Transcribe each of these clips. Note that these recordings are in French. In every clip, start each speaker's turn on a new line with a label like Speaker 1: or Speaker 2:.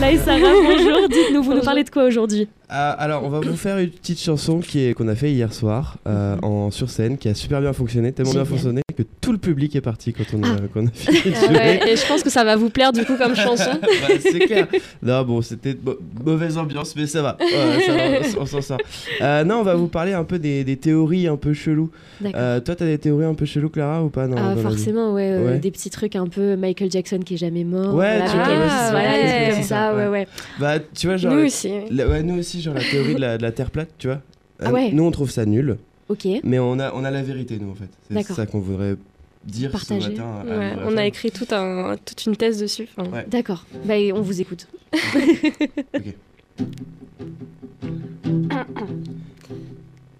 Speaker 1: Là et Sarah, bonjour, dites-nous, vous nous parlez de quoi aujourd'hui
Speaker 2: Euh, alors, on va vous faire une petite chanson qui est- qu'on a fait hier soir euh,
Speaker 3: Mhm.
Speaker 2: en sur scène, qui a super bien fonctionné, tellement bien
Speaker 4: Génial.
Speaker 2: fonctionné que tout le public est parti quand
Speaker 3: Ah.
Speaker 2: on a, qu'on a fini. de jouer.
Speaker 1: Ouais, Et je pense que ça va vous plaire du coup comme chanson.
Speaker 2: Ouais, c'est clair. Non, bon, c'était mo- mauvaise ambiance, mais ça va. Ouais, ça va, on s'en sort. Euh, non, on va vous parler un peu des, des théories un peu cheloues.
Speaker 1: D'accord.
Speaker 2: Euh, toi, t'as des théories un peu cheloues, Clara, ou pas non,
Speaker 1: Ah,
Speaker 2: dans la vie
Speaker 1: forcément, ouais, euh,
Speaker 2: Ouais.
Speaker 1: des petits trucs un peu Michael Jackson qui est jamais mort.
Speaker 2: Ouais,
Speaker 1: voilà,
Speaker 2: tu vois,
Speaker 1: avec
Speaker 2: ouais,
Speaker 1: les-
Speaker 2: c'est ça,
Speaker 1: voilà, des
Speaker 2: c'est
Speaker 1: trucs
Speaker 2: ça,
Speaker 1: comme
Speaker 2: c'est
Speaker 1: ça,
Speaker 2: ça,
Speaker 1: ouais,
Speaker 2: ouais.
Speaker 1: ouais.
Speaker 2: Bah, tu vois, genre.
Speaker 3: Nous
Speaker 2: la-
Speaker 3: aussi.
Speaker 2: la- ouais, nous aussi, genre la théorie de la, de la Terre plate, tu vois. Euh,
Speaker 1: Ah ouais.
Speaker 2: Nous, on trouve ça nul,
Speaker 1: Ok,
Speaker 2: mais on a, on a la vérité, nous, en fait. C'est
Speaker 1: D'accord.
Speaker 2: ça qu'on voudrait dire
Speaker 1: Partager.
Speaker 2: ce matin. à- à
Speaker 3: Ouais,
Speaker 2: nos
Speaker 3: on a
Speaker 2: fans.
Speaker 3: écrit tout un, toute une thèse dessus. enfin.
Speaker 2: Ouais.
Speaker 1: d'accord. Bah, on vous écoute.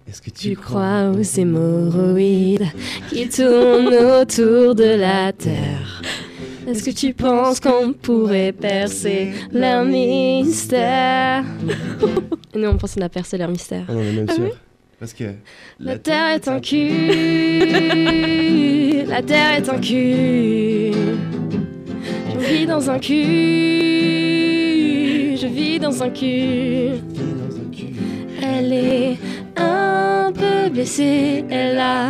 Speaker 2: Est-ce que tu,
Speaker 1: Tu crois aux hémorroïdes qui tournent autour de la Terre Est-ce que tu penses qu'on pourrait percer leur mystère Nous, on pense qu'on a percé leur mystère.
Speaker 2: Ah non, mais même sûr. Parce que.
Speaker 3: La terre est un cul. La terre est un cul. Je vis dans un cul. Je vis dans un cul. Elle est un peu blessée, elle a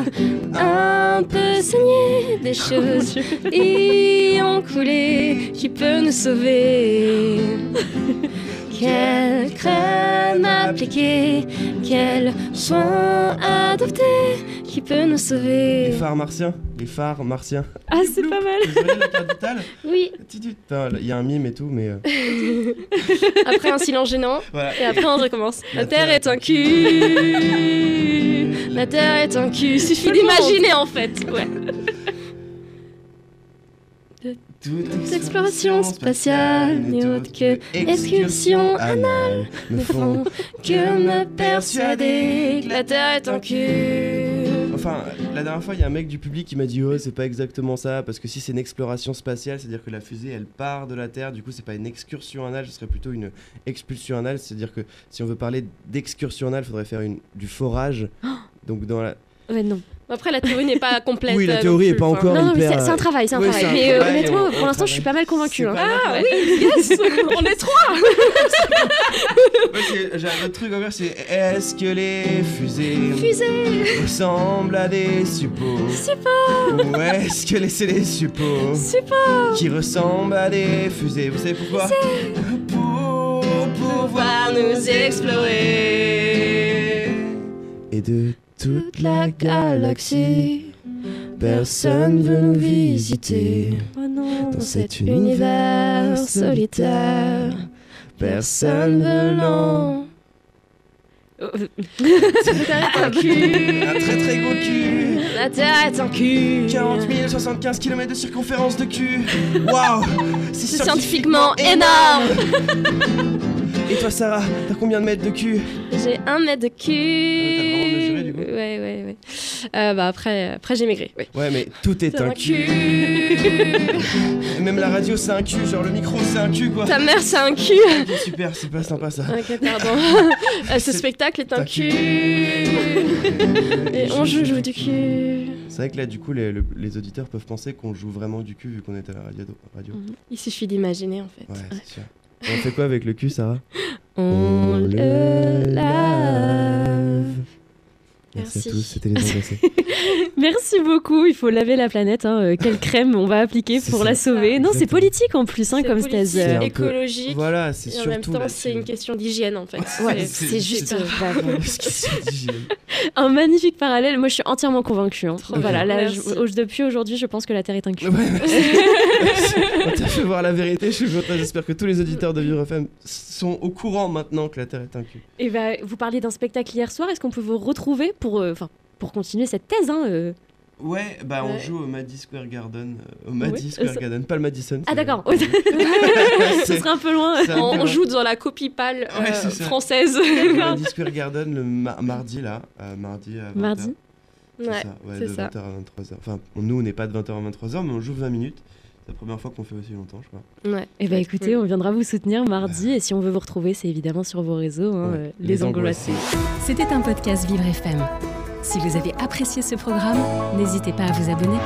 Speaker 3: un peu saigné des
Speaker 1: Oh
Speaker 3: choses y ont coulé. Qui peut nous sauver Quelle crème appliquer Quel soin adopter Qui peut nous
Speaker 2: Les
Speaker 3: sauver
Speaker 2: phares martiens. Les phares martiens.
Speaker 1: Ah, c'est pas mal
Speaker 2: Vous voyez la carte vitale
Speaker 3: Oui,
Speaker 2: Titi. Putain, Il y a un mime et tout, mais. euh,
Speaker 3: après un silence gênant.
Speaker 2: voilà.
Speaker 3: Et après on recommence. La terre est un cul. La terre est un cul. Suffit d'imaginer en fait. Ouais.
Speaker 2: Toute
Speaker 3: exploration spatiale n'est autre que excursion
Speaker 2: anale me font.
Speaker 3: que me persuader que la terre est un cul.
Speaker 2: Enfin, la dernière fois, il y a un mec du public qui m'a dit Oh, c'est pas exactement ça, parce que si c'est une exploration spatiale, c'est-à-dire que la fusée elle part de la Terre, du coup, c'est pas une excursion anale, ce serait plutôt une expulsion anale, c'est-à-dire que si on veut parler d'excursion anale, faudrait faire une, du forage. Donc, dans la.
Speaker 1: Ouais, non.
Speaker 3: Après la théorie n'est pas complète.
Speaker 2: Oui, la
Speaker 3: euh,
Speaker 2: théorie
Speaker 3: non
Speaker 2: est
Speaker 3: plus,
Speaker 2: pas
Speaker 3: enfin.
Speaker 2: encore
Speaker 1: Non, non, mais
Speaker 2: hyper,
Speaker 1: c'est c'est un
Speaker 2: euh,
Speaker 1: travail, c'est un
Speaker 2: ouais,
Speaker 1: travail.
Speaker 2: c'est un
Speaker 1: Mais euh,
Speaker 2: travail,
Speaker 1: honnêtement,
Speaker 2: on-
Speaker 1: pour
Speaker 2: on
Speaker 1: l'instant, je suis pas mal convaincue.
Speaker 2: C'est
Speaker 1: hein.
Speaker 2: pas mal, ouais.
Speaker 3: Yes, on est trois.
Speaker 2: Ouais, c'est- J'ai un autre truc encore, c'est est-ce que les fusées, ressemblent à des suppos Ou est-ce que les- c'est les suppos qui ressemblent à des fusées Vous savez pourquoi Pour pouvoir nous explorer. Et de toute la galaxie, personne veut nous visiter.
Speaker 1: Oh non.
Speaker 2: Dans cet
Speaker 3: Univers solitaire,
Speaker 2: personne veut l'en.
Speaker 3: La terre est un cul.
Speaker 2: Un très très gros cul.
Speaker 3: La terre est un cul.
Speaker 2: 40 075 km de circonférence de cul. Waouh C'est
Speaker 3: C'est scientifiquement énorme.
Speaker 2: Et toi, Sarah, t'as combien de mètres de cul
Speaker 3: J'ai un mètre de
Speaker 2: Ah, t'as vraiment mesuré, du
Speaker 3: cul.
Speaker 2: coup.
Speaker 3: Ouais, ouais, ouais. Euh, bah après, après j'ai maigré. Oui.
Speaker 2: Ouais, mais tout est un cul. Et Même la radio, c'est un cul. Genre le micro, c'est un cul, quoi.
Speaker 3: Ta mère, c'est un cul.
Speaker 2: Ok, super, c'est pas sympa ça.
Speaker 3: Ok, pardon. Euh, Ce
Speaker 2: C'est-
Speaker 3: spectacle est un
Speaker 2: t'as
Speaker 3: cul.
Speaker 2: cul.
Speaker 3: Et on joue, joue du cul.
Speaker 2: C'est vrai que là, du coup, les, le- les auditeurs peuvent penser qu'on joue vraiment du cul vu qu'on est à la radio. radio.
Speaker 3: Il suffit d'imaginer en fait.
Speaker 2: Ouais, c'est sûr. On fait quoi avec le cul, Sarah
Speaker 3: On le lave.
Speaker 2: Merci,
Speaker 3: Merci.
Speaker 2: à tous, c'était les angoissés.
Speaker 1: Merci beaucoup. Il faut laver la planète. hein. Euh, Quelle crème on va appliquer
Speaker 2: C'est
Speaker 1: pour
Speaker 2: ça.
Speaker 1: la sauver Non, c'est
Speaker 2: Exactement.
Speaker 1: politique en plus, hein,
Speaker 3: C'est
Speaker 1: comme
Speaker 3: politique,
Speaker 1: thèse.
Speaker 2: C'est un peu-
Speaker 3: écologique.
Speaker 2: voilà, c'est
Speaker 3: Et en
Speaker 2: surtout.
Speaker 3: même temps,
Speaker 2: là,
Speaker 3: c'est une question d'hygiène en fait.
Speaker 1: Ouais,
Speaker 3: C'est-
Speaker 1: c'est juste.
Speaker 3: c'est-
Speaker 1: euh,
Speaker 2: Ce qui se dit, j'ai-
Speaker 1: Un magnifique parallèle. Moi, je suis entièrement convaincue. hein.
Speaker 2: bien.
Speaker 1: Voilà, là,
Speaker 3: Merci.
Speaker 1: je- au- depuis aujourd'hui, je pense que la Terre est un cul.
Speaker 2: Ouais, On t'a fait voir la vérité, je suis content. J'espère que tous les auditeurs de Vivre FM sont au courant maintenant que la Terre est un cul.
Speaker 1: Et bah, vous parliez d'un spectacle hier soir. Est-ce qu'on peut vous retrouver pour, euh, enfin, pour continuer cette thèse hein, euh
Speaker 2: Ouais, bah
Speaker 3: Ouais.
Speaker 2: on joue au Madison Square Garden. euh, au
Speaker 1: Ouais,
Speaker 2: Madison Square
Speaker 1: ça-
Speaker 2: Garden, pas le Madison.
Speaker 1: Ah,
Speaker 2: c'est-
Speaker 1: d'accord.
Speaker 2: c'est-
Speaker 1: Ce
Speaker 2: c'est-
Speaker 1: serait un peu loin.
Speaker 2: c'est un
Speaker 3: On, on
Speaker 2: peu loin.
Speaker 3: joue dans la copie pâle euh,
Speaker 2: Ouais, c'est ça.
Speaker 3: française.
Speaker 2: Le Madison Square Garden le ma- mardi là. euh, mardi à 20
Speaker 1: Mardi.
Speaker 2: C'est
Speaker 3: Ouais.
Speaker 2: ça, ouais,
Speaker 3: c'est
Speaker 2: de
Speaker 3: ça.
Speaker 2: 20h à 23h. Enfin, nous on n'est pas de 20h à 23h, mais on joue 20 minutes. C'est la première fois qu'on fait aussi longtemps, je crois.
Speaker 3: Ouais.
Speaker 1: Eh ben écoutez, on viendra vous soutenir mardi. Et si on veut vous retrouver, c'est évidemment sur vos réseaux, hein,
Speaker 2: Ouais,
Speaker 1: euh, les,
Speaker 2: les
Speaker 1: angoissés.
Speaker 4: C'était un podcast Vivre FM. Si vous avez apprécié ce programme, n'hésitez pas à vous abonner.